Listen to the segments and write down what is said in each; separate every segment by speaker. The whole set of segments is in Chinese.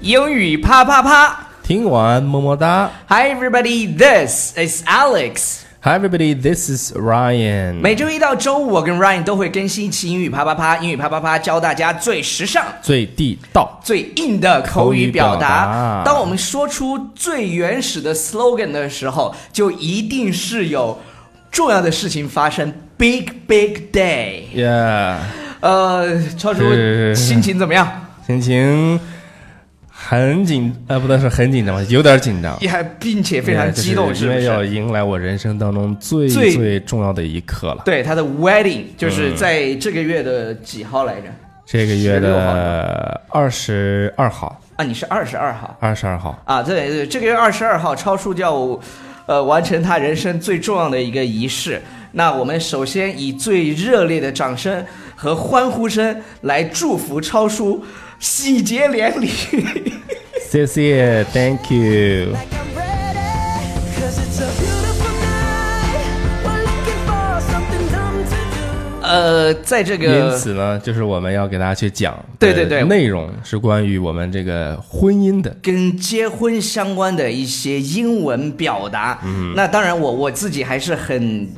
Speaker 1: 英语啪啪啪
Speaker 2: 听完么么哒。
Speaker 1: ！Hi everybody, this is Alex。
Speaker 2: Hi everybody, this is Ryan。
Speaker 1: 每周一到周五，我跟 Ryan 都会更新一期英语啪啪啪。英语啪啪啪教大家最时尚、
Speaker 2: 最地道，
Speaker 1: 最硬的口语表达
Speaker 2: 口语表达。
Speaker 1: 当我们说出最原始的 slogan 的时候，就一定是有重要的事情发生。Big Big Day。
Speaker 2: yeah，
Speaker 1: 呃，超叔
Speaker 2: 是
Speaker 1: 心情怎么样？
Speaker 2: 心情很紧，呃，不能说很紧张吧，有点紧张，
Speaker 1: 也还并且非常
Speaker 2: Yeah，就是
Speaker 1: 激动，是
Speaker 2: 因
Speaker 1: 不
Speaker 2: 为要
Speaker 1: 是？
Speaker 2: 迎来我人生当中最
Speaker 1: 最
Speaker 2: 最重要的一刻了。
Speaker 1: 对，他的 wedding
Speaker 2: 嗯
Speaker 1: 就是在这个月的几号来着？
Speaker 2: 这个
Speaker 1: 16
Speaker 2: 月
Speaker 1: 号
Speaker 2: 的二十二号，
Speaker 1: 啊，你是二十二号
Speaker 2: 二十二号，
Speaker 1: 啊？对，对这个月二十二号，超叔就要呃完成他人生最重要的一个仪式。那我们首先以最热烈的掌声和欢呼声来祝福超叔喜结连理。
Speaker 2: 谢谢，Thank you。
Speaker 3: Like I'm ready, cause it's a beautiful night. We're looking for something dumb to do.
Speaker 1: 呃，在这
Speaker 2: 因
Speaker 1: 个
Speaker 2: 此呢，就是我们要给大家去讲的
Speaker 1: 对对对
Speaker 2: 内容是关于我们这个婚姻的。
Speaker 1: 跟结婚相关的一些英文表达。嗯，那当然我，我自己还是很，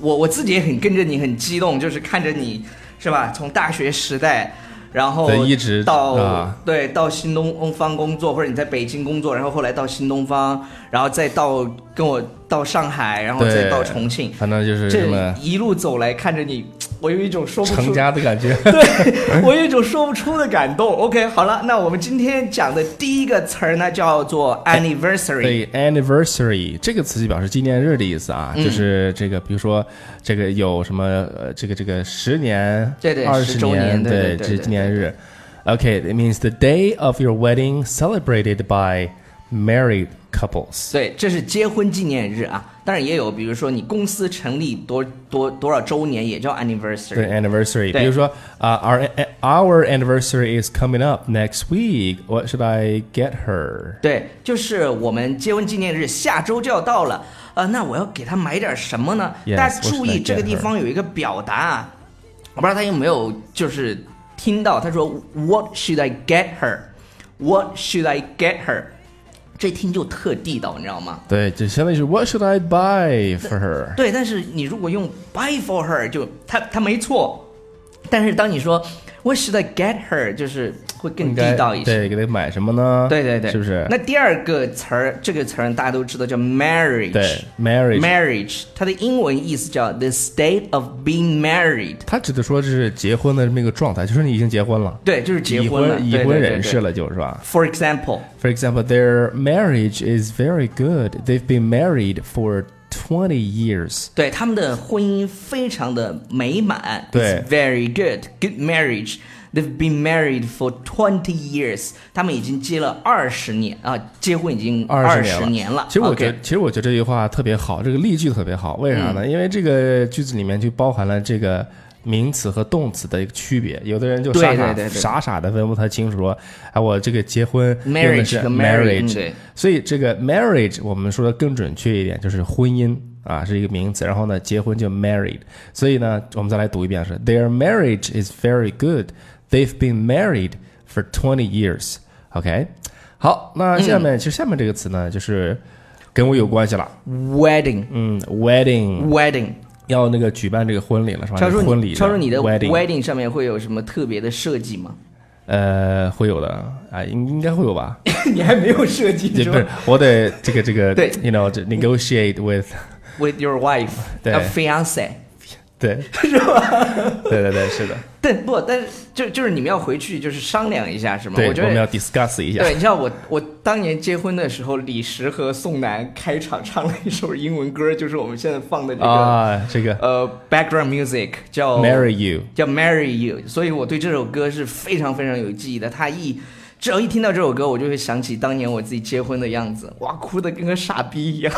Speaker 1: 我我自己也很跟着你很激动，就是看着你是吧？从大学时代，然后
Speaker 2: 对一直
Speaker 1: 到、
Speaker 2: 啊
Speaker 1: 对到新东方工作，或者你在北京工作，然后后来到新东方，然后再到跟我到上海，然后再
Speaker 2: 对，
Speaker 1: 到重庆，
Speaker 2: 反正就是什
Speaker 1: 这
Speaker 2: 么
Speaker 1: 一路走来，看着你，我有一种说不出
Speaker 2: 成家的感觉。 哎
Speaker 1: 对我有一种说不出的感动。OK，好了，那我们今天讲的第一个词儿呢，叫做 anniversary。
Speaker 2: 哎对，anniversary 这个词就表示纪念日的意思啊，就是这个，比如说这个有什么呃，这个这个十年，
Speaker 1: 对对
Speaker 2: 二
Speaker 1: 10
Speaker 2: 十
Speaker 1: 周年对对
Speaker 2: 对，
Speaker 1: 对
Speaker 2: 这
Speaker 1: 对
Speaker 2: 纪念日。Okay, it means the day of your wedding celebrated by married couples.
Speaker 1: 对，这是结婚纪念日啊，当然也有，比如说你公司成立多多多少周年也叫 anniversary。
Speaker 2: 对 anniversary，
Speaker 1: 对
Speaker 2: 比如说啊、o u r our anniversary is coming up next week. What should I get her?
Speaker 1: 对，就是我们结婚纪念日下周就要到了，呃，那我要给他买点什么呢
Speaker 2: Yes，
Speaker 1: 大家注
Speaker 2: what should
Speaker 1: 意
Speaker 2: I
Speaker 1: 这个
Speaker 2: get
Speaker 1: 地方有一个表达啊，我不知道他有没有就是听到，他说 What should I get her? What should I get her? 这听就特地道，你知道吗？
Speaker 2: 对，就相当于是 What should I buy for her？
Speaker 1: 对，但是你如果用 buy for her，就他他没错，但是当你说 What should I get her，就是会更
Speaker 2: 应
Speaker 1: 地
Speaker 2: 该
Speaker 1: 道一些。
Speaker 2: 对，给她买什么呢？
Speaker 1: 对对对，
Speaker 2: 是不是？
Speaker 1: 那第二个词儿，这个词儿大家都知道叫 marriage。
Speaker 2: 对，marriage，
Speaker 1: marriage，它的英文意思叫 the state of being married。
Speaker 2: 它指的说是结婚的这么一个状态，就是你已经结婚了，
Speaker 1: 对，就是结
Speaker 2: 已
Speaker 1: 婚了，
Speaker 2: 婚已
Speaker 1: 对
Speaker 2: 婚人士。
Speaker 1: 对对对
Speaker 2: 了，就是吧
Speaker 1: For example，
Speaker 2: ？For example, their marriage is very good. They've been married for twenty years.
Speaker 1: 对他们的婚姻非常的美满。
Speaker 2: 对
Speaker 1: It's，very good, good marriage. They've been married for twenty years. 他们已经结了二十年啊，结婚已经
Speaker 2: 二
Speaker 1: 十
Speaker 2: 十
Speaker 1: 年了。
Speaker 2: 其实我觉得
Speaker 1: OK，
Speaker 2: 其实我觉得这句话特别好，这个例句特别好。为啥呢？因为这个句子里面就包含了这个名词和动词的一个区别。有的人就傻
Speaker 1: 对对
Speaker 2: 傻
Speaker 1: 对对
Speaker 2: 傻傻的分不太清楚说，哎，我这个结婚
Speaker 1: Marriage
Speaker 2: 用的是
Speaker 1: 和 married，嗯
Speaker 2: marriage，
Speaker 1: 对
Speaker 2: 所以这个 marriage 我们说的更准确一点，就是婚姻。啊，是一个名词，然后呢，结婚就 married，所以呢，我们再来读一遍是 Their marriage is very good. They've been married for twenty years. OK，好，那下
Speaker 1: 嗯
Speaker 2: 面、其实下面这个词呢，就是跟我有关系了。
Speaker 1: wedding
Speaker 2: 嗯，wedding
Speaker 1: wedding，
Speaker 2: 要那个举办这个婚礼了是吧？
Speaker 1: 超叔
Speaker 2: 那个婚
Speaker 1: 你，
Speaker 2: 礼，
Speaker 1: 超叔你的
Speaker 2: wedding，
Speaker 1: wedding 上面会有什么特别的设计 吗？
Speaker 2: 呃，会有的啊，应应该会有 吧？
Speaker 1: 你还没有设计
Speaker 2: 也不是，我得这个这个，
Speaker 1: 对
Speaker 2: ，you know，这 negotiate with，
Speaker 1: with your wife,
Speaker 2: 对
Speaker 1: a fiance，
Speaker 2: 对，是吧？对对对，是的，
Speaker 1: 但不，但是就就是你们要回去就是商量一下是吗？
Speaker 2: 对，
Speaker 1: 我觉
Speaker 2: 我们
Speaker 1: 得
Speaker 2: 要 discuss 一下。
Speaker 1: 对，你知道我我当年结婚的时候，李石和宋楠开场唱了一首英文歌，就是我们现在放的这个、
Speaker 2: 啊，这个
Speaker 1: 呃 background music 叫
Speaker 2: marry you，
Speaker 1: 叫 Marry You，所以我对这首歌是非常非常有记忆的。它一只要一听到这首歌，我就会想起当年我自己结婚的样子，哇，哭的跟个傻逼一样。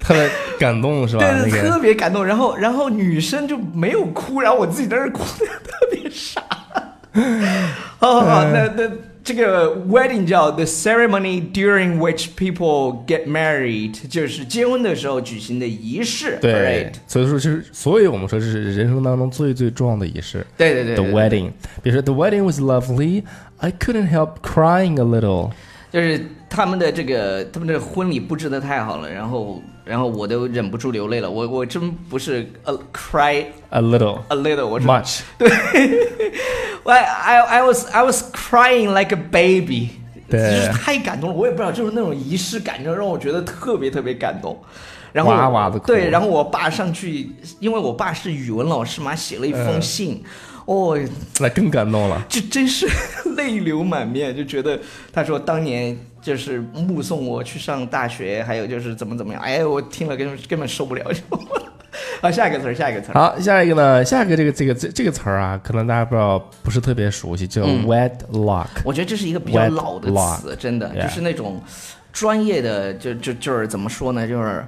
Speaker 2: 特别感动是吧？
Speaker 1: 对
Speaker 2: 那
Speaker 1: 对，
Speaker 2: 个
Speaker 1: 特别感动。然后，然后女生就没有
Speaker 2: 嗯
Speaker 1: 哭，然后我自己在那儿哭的特别傻。好好好，那那这个 wedding 叫 the ceremony during which people get married，就是结婚的时候举行的仪式。
Speaker 2: 对
Speaker 1: Alright，
Speaker 2: 所以说就是，所以我们说这是人生当中最最重要的仪式。
Speaker 1: 对对对
Speaker 2: The
Speaker 1: 对
Speaker 2: wedding，比如说 The wedding was lovely. I couldn't help crying a little.
Speaker 1: 就是他们的这个他们的婚礼布置的太好了，然后然后我都忍不住流泪了。我我真不是 a cry
Speaker 2: A little,
Speaker 1: a little，我是
Speaker 2: much.
Speaker 1: 我 I I was I was crying like a baby，
Speaker 2: 对
Speaker 1: 就是太感动了，我也不知道，就是那种仪式感，就让我觉得特别特别感动。然后我
Speaker 2: 哇哇地哭
Speaker 1: 对，然后我爸上去，因为我爸是语文老师嘛，写了一
Speaker 2: 嗯
Speaker 1: 封信，哦，
Speaker 2: 那更感动了。
Speaker 1: 这真是泪流满面，就觉得他说当年就是目送我去上大学，还有就是怎么怎么样，哎，我听了根本根本受不了。 好，下一个词儿，下一个词儿，
Speaker 2: 好，下一个呢？下一个这个这个这这个词儿啊，可能大家不知道，不是特别熟悉，叫
Speaker 1: 嗯
Speaker 2: wedlock。
Speaker 1: 我觉得这是一个比较老的
Speaker 2: Wedlock
Speaker 1: 词，真的
Speaker 2: Yeah
Speaker 1: 就是那种专业的，就就就是怎么说呢，就是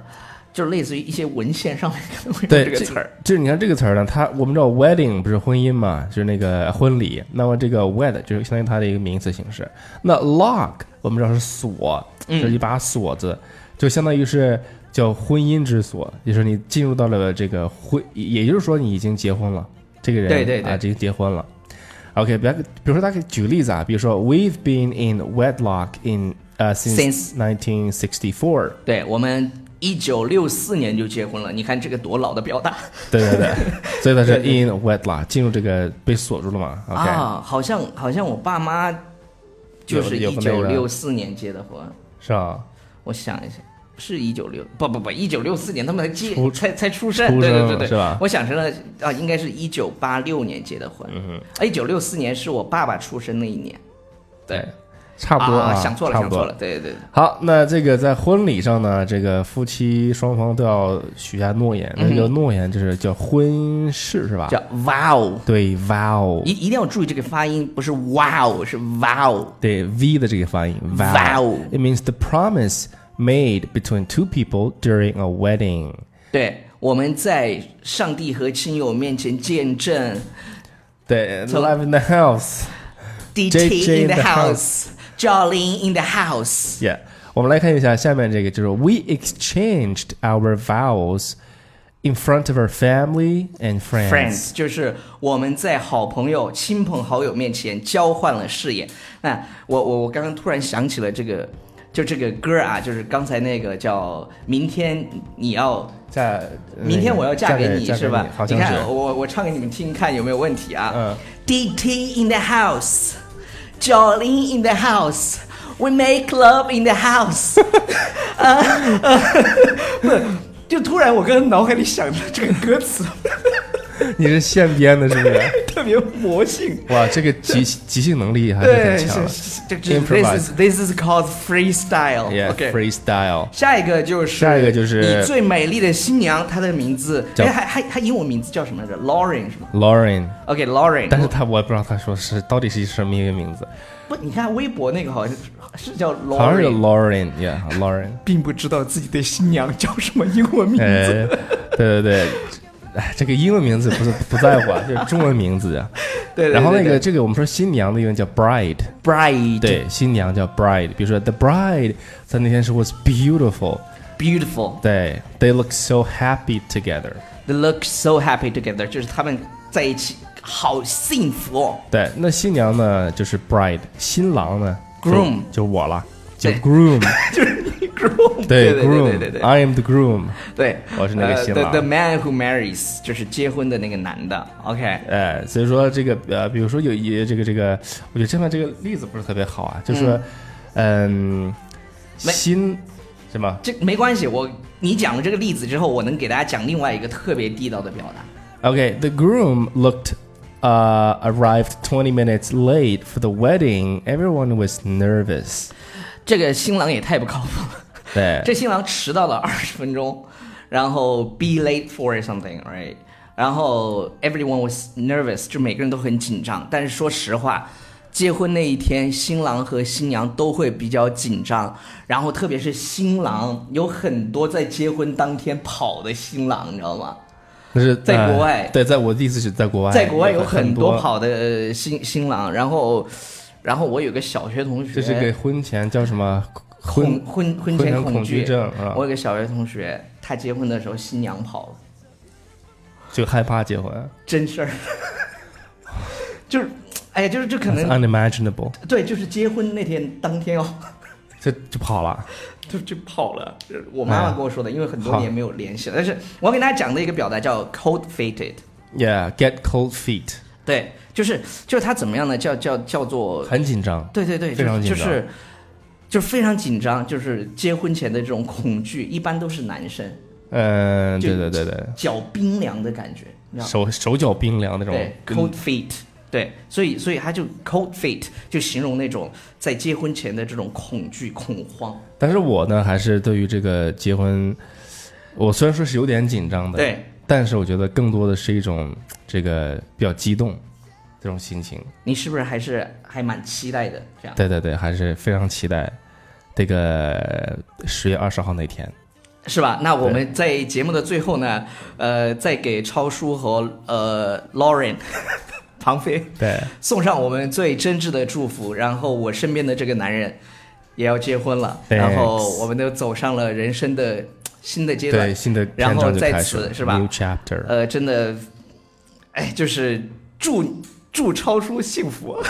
Speaker 1: 就是类似于一些文献上面可能会
Speaker 2: 对
Speaker 1: 有这个词儿，
Speaker 2: 就是你看这个词儿呢，它我们知道 wedding 不是婚姻嘛，就是那个婚礼。那么这个 wed 就是相当于它的一个名词形式。那 lock 我们知道是锁，
Speaker 1: 嗯
Speaker 2: 就是一把锁子，就相当于是叫婚姻之锁，就是你进入到了这个婚，也就是说你已经结婚了，这个人
Speaker 1: 对对对
Speaker 2: 啊，已经结婚了。OK，比方比如说，大家可以举个例子啊，比如说，We've been in wedlock in 呃、
Speaker 1: Since-
Speaker 2: since 1964。
Speaker 1: 对我们。一九六四年就结婚了，你看这个多老的表达
Speaker 2: 对对对，所以它是
Speaker 1: 对对
Speaker 2: in wedlock，进入这个被锁住了嘛？OK，、
Speaker 1: 啊！好像好像我爸妈就是
Speaker 2: 有
Speaker 1: 一
Speaker 2: 有那
Speaker 1: 九
Speaker 2: 个
Speaker 1: 六四年结的婚，
Speaker 2: 是吧？
Speaker 1: 我想一下，是一九六不不不，一九六四年他们才结
Speaker 2: 出
Speaker 1: 才才出生，
Speaker 2: 出
Speaker 1: 对对
Speaker 2: 生
Speaker 1: 对对，
Speaker 2: 是吧
Speaker 1: 我想成了啊，应该是一九八六年结的婚，嗯一九六四年是我爸爸出生那一年，对，
Speaker 2: 哎差不多
Speaker 1: 啊，想错了，
Speaker 2: 差不
Speaker 1: 想
Speaker 2: 多
Speaker 1: 错了，。对对对，
Speaker 2: 好，那这个在婚礼上呢，这个夫妻双方都要许下诺言，那个诺言就是叫婚事是吧？
Speaker 1: 嗯叫 wow，
Speaker 2: 对，vow，
Speaker 1: 一一定要注意这个发音，不是 wow，是哦 wow，
Speaker 2: 对 v 的这个发音
Speaker 1: Vow
Speaker 2: It means the promise made between two people during a wedding。
Speaker 1: 对，我们在上帝和亲友面前见证
Speaker 2: 对
Speaker 1: 从
Speaker 2: ，live in the house。
Speaker 1: ，DT in
Speaker 2: in
Speaker 1: the
Speaker 2: the
Speaker 1: house，Jolin in the house。
Speaker 2: Yeah，我们来看一下下面这个，就是 We exchanged our vows in front of our family and friends。
Speaker 1: friends，就是我们在好朋友、亲朋好友面前交换了誓言。那我我我刚刚突然想起了这个，就这个歌啊，就是刚才那个叫“明天你要”。
Speaker 2: 嫁，
Speaker 1: 明天我要嫁给你
Speaker 2: 呃嫁
Speaker 1: 是吧？
Speaker 2: 好
Speaker 1: 你
Speaker 2: 像是
Speaker 1: 看。我我唱给你们听，看有没有问题啊？
Speaker 2: 嗯
Speaker 1: d t in the house, Jolene in the house, we make love in the house 啊。啊不就突然我刚刚脑海里想着这个歌词，
Speaker 2: 你是现编的，是 不是？
Speaker 1: 特别魔性。
Speaker 2: 哇，这个即即兴能力还是
Speaker 1: 对，
Speaker 2: 很强
Speaker 1: 是
Speaker 2: 的。
Speaker 1: 是这这 this is this is called freestyle。OK。
Speaker 2: Yeah，freestyle。
Speaker 1: 下一个就是
Speaker 2: 下一个就是
Speaker 1: 你最美丽的新娘，她的名字，
Speaker 2: 叫
Speaker 1: 哎，还还还英文名字叫什么来着？Lauren 是吗
Speaker 2: Lauren，
Speaker 1: ？OK，Lauren。
Speaker 2: 但是他我也不知道他说是到底是什么一个名字，
Speaker 1: 不，你看微博那个好像是是叫
Speaker 2: 好像是
Speaker 1: Lauren，
Speaker 2: Lauren，Yeah，Lauren。
Speaker 1: 并不知道自己的新娘叫什么英文名字。
Speaker 2: 哎，对对对，哎，这个英文名字不是不在乎啊，就是中文名字啊。
Speaker 1: 对，对
Speaker 2: 然后那个
Speaker 1: 对
Speaker 2: 这个我们说新娘的英文叫 bride，
Speaker 1: 对 bride，
Speaker 2: 对，新娘叫 bride。比如说 the bride 在那天是 was beautiful，
Speaker 1: ，beautiful，they
Speaker 2: 对，they look so happy together。
Speaker 1: look so happy together，就是他们在一起好幸福哦。
Speaker 2: 对，那新娘呢就是 bride，新郎呢就
Speaker 1: Groom
Speaker 2: 就我了，就
Speaker 1: 对
Speaker 2: groom，
Speaker 1: groom，对对对对对。
Speaker 2: groom，I am the groom。
Speaker 1: 对，
Speaker 2: 我是那个
Speaker 1: 呃
Speaker 2: 新
Speaker 1: the
Speaker 2: 郎
Speaker 1: the man who marries 就是结婚的那个男的。OK，
Speaker 2: 哎，所以说这个呃，比如说有一这个这个，我觉得这边这个例子不是特别好啊，就是说，嗯，
Speaker 1: 没
Speaker 2: 新什么
Speaker 1: 这没关系，我你讲了这个例子之后，我能给大家讲另外一个特别地道的表达。
Speaker 2: ？OK，the groom looked. Uh, arrived 20 minutes late for the wedding. Everyone was nervous.
Speaker 1: 这个新郎也太不靠谱了，
Speaker 2: 对，
Speaker 1: 这新郎迟到了 二十分钟，然后 be late for something，right？然后 everyone was nervous，就每个人都很紧张。但是说实话，结婚那一天，新郎和新娘都会比较紧张，然后特别是新郎，有很多在结婚当天跑的新郎，你知道吗？
Speaker 2: 那是
Speaker 1: 在国
Speaker 2: 呃
Speaker 1: 外
Speaker 2: 对，在我的意思是在国外，
Speaker 1: 在国外有
Speaker 2: 哎很
Speaker 1: 很多跑的呃新新郎，然后然后我有个小学同学，
Speaker 2: 这是给婚前叫什么
Speaker 1: 婚
Speaker 2: 婚
Speaker 1: 婚婚
Speaker 2: 婚
Speaker 1: 前
Speaker 2: 前恐惧
Speaker 1: 惧
Speaker 2: 症啊
Speaker 1: 我有个小学同学，他结婚的时候新娘跑了，
Speaker 2: 就害怕结婚
Speaker 1: 真事儿。 就是，哎呀，就是就可
Speaker 2: ，That's
Speaker 1: 能
Speaker 2: ，unimaginable，
Speaker 1: 对，就是结婚那天当天哦，
Speaker 2: 就就跑了。
Speaker 1: 就就跑了。就是我妈
Speaker 2: 哎
Speaker 1: 妈
Speaker 2: 呀
Speaker 1: 跟我说的，因为很多
Speaker 2: 好
Speaker 1: 年没有联系了。但是我要跟大家讲的一个表达叫 cold fated，
Speaker 2: Yeah，get cold feet，
Speaker 1: 对，就是就是他怎么样呢？叫叫叫做
Speaker 2: 很紧张。
Speaker 1: 对对对，
Speaker 2: 非常
Speaker 1: 就是
Speaker 2: 紧
Speaker 1: 就
Speaker 2: 张
Speaker 1: 是就是非常紧张，就是结婚前的这种恐惧，一般都是男生
Speaker 2: 嗯，
Speaker 1: 就
Speaker 2: 对对对对，
Speaker 1: 脚冰凉的感觉，你知道吗？
Speaker 2: 手手脚冰凉那种
Speaker 1: 对。，cold feet，对，所以所以他就 cold feet 就形容那种在结婚前的这种恐惧恐慌，
Speaker 2: 但是我呢，还是对于这个结婚，我虽然说是有点紧张的，
Speaker 1: 对，
Speaker 2: 但是我觉得更多的是一种这个比较激动这种心情。
Speaker 1: 你是不是还是还蛮期待的这样？
Speaker 2: 对对对，还是非常期待这个十月二十号那天。
Speaker 1: 是吧？那我
Speaker 2: 对
Speaker 1: 们在节目的最后呢，呃，再给超叔和呃 Lauren 庞飞
Speaker 2: 对，
Speaker 1: 送上我们最真挚的祝福。然后我身边的这个男人也要结婚了，
Speaker 2: Thanks
Speaker 1: 然后我们都走上了人生的新的阶段
Speaker 2: 对，。新的篇
Speaker 1: 然后
Speaker 2: 章就
Speaker 1: 在
Speaker 2: 开始
Speaker 1: 此
Speaker 2: 了
Speaker 1: 是吧
Speaker 2: ？New chapter，、
Speaker 1: 呃，真的，哎，就是祝祝超叔幸福。啊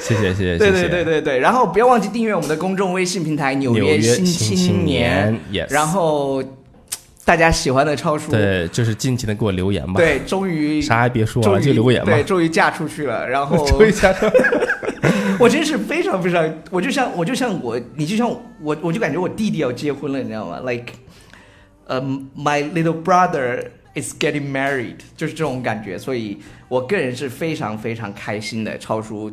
Speaker 2: 谢谢谢 谢谢谢。
Speaker 1: 对对对对对。然后不要忘记订阅我们的公众微信平台《纽
Speaker 2: 纽约
Speaker 1: 新
Speaker 2: 新
Speaker 1: 青
Speaker 2: 青
Speaker 1: 年》
Speaker 2: ，yes。
Speaker 1: 然后大家喜欢的超叔，
Speaker 2: 对，就是尽情的给我留言吧。，
Speaker 1: 对，终于
Speaker 2: 啥也别说
Speaker 1: 终
Speaker 2: 了，
Speaker 1: 于
Speaker 2: 就留言吧
Speaker 1: 对，。终于嫁出去了。 然 后
Speaker 2: 终于下
Speaker 1: 我真是非常非常，我就像我就像我，你就像我，我就感觉我弟弟要结婚了，你知道吗？Like，呃、m y little brother is getting married，就是这种感觉。所以我个人是非常非常开心的。超叔，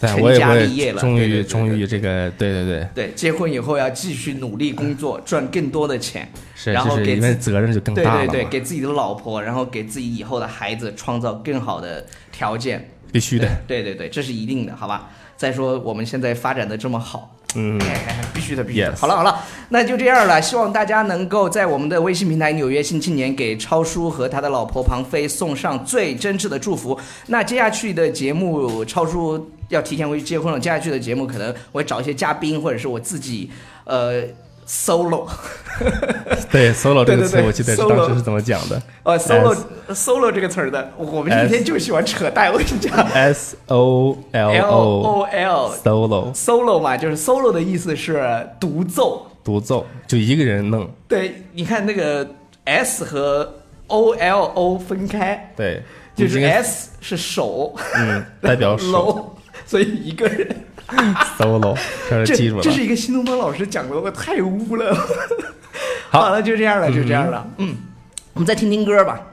Speaker 2: 对，
Speaker 1: 成
Speaker 2: 我也
Speaker 1: 家
Speaker 2: 我
Speaker 1: 立业
Speaker 2: 也
Speaker 1: 了
Speaker 2: 终
Speaker 1: 对对
Speaker 2: 于
Speaker 1: 对
Speaker 2: 终于这个，对对对，
Speaker 1: 对，结婚以后要继续努力工作，赚更多的钱，
Speaker 2: 是，
Speaker 1: 然后
Speaker 2: 就是
Speaker 1: 给
Speaker 2: 因
Speaker 1: 自
Speaker 2: 为责任就更
Speaker 1: 对
Speaker 2: 大了
Speaker 1: 对
Speaker 2: 嘛，
Speaker 1: 对，给自己的老婆，然后给自己以后的孩子创造更好的条件。
Speaker 2: 必须的。
Speaker 1: 对对对，这是一定的，好吧？再说我们现在发展的这么好，哎
Speaker 2: 嗯，
Speaker 1: 必须的，必须的。
Speaker 2: Yes
Speaker 1: 好了好了，那就这样了。希望大家能够在我们的微信平台《纽约新青年》给超叔和他的老婆庞飞送上最真挚的祝福。那接下去的节目，超叔要提前回去结婚了，接下去的节目可能我会找一些嘉宾，或者是我自己，呃，solo，
Speaker 2: 对，solo
Speaker 1: 对
Speaker 2: 这个
Speaker 1: 对
Speaker 2: 词
Speaker 1: 对
Speaker 2: 我记得是
Speaker 1: solo
Speaker 2: 当时是怎么讲的
Speaker 1: 呃，solo solo 这个词儿的，我们今天就喜欢扯淡，我跟你讲
Speaker 2: ，S O L
Speaker 1: ，L O
Speaker 2: O
Speaker 1: L。
Speaker 2: solo
Speaker 1: solo 嘛，就是 solo 的意思是独奏。
Speaker 2: 独奏，就一个人弄。
Speaker 1: 对，你看那个 s 和 o l o 分开，
Speaker 2: 对，
Speaker 1: 就
Speaker 2: 你
Speaker 1: 是
Speaker 2: 这个
Speaker 1: s 是手，
Speaker 2: 嗯，代表手
Speaker 1: low，所以一个人。
Speaker 2: solo，这
Speaker 1: 这
Speaker 2: 是记住了
Speaker 1: 这。是一个新东方老师讲的，我太污了。
Speaker 2: 好
Speaker 1: 嗯了，就这样了，就这样了。嗯，我们再听听歌吧。
Speaker 3: Oh,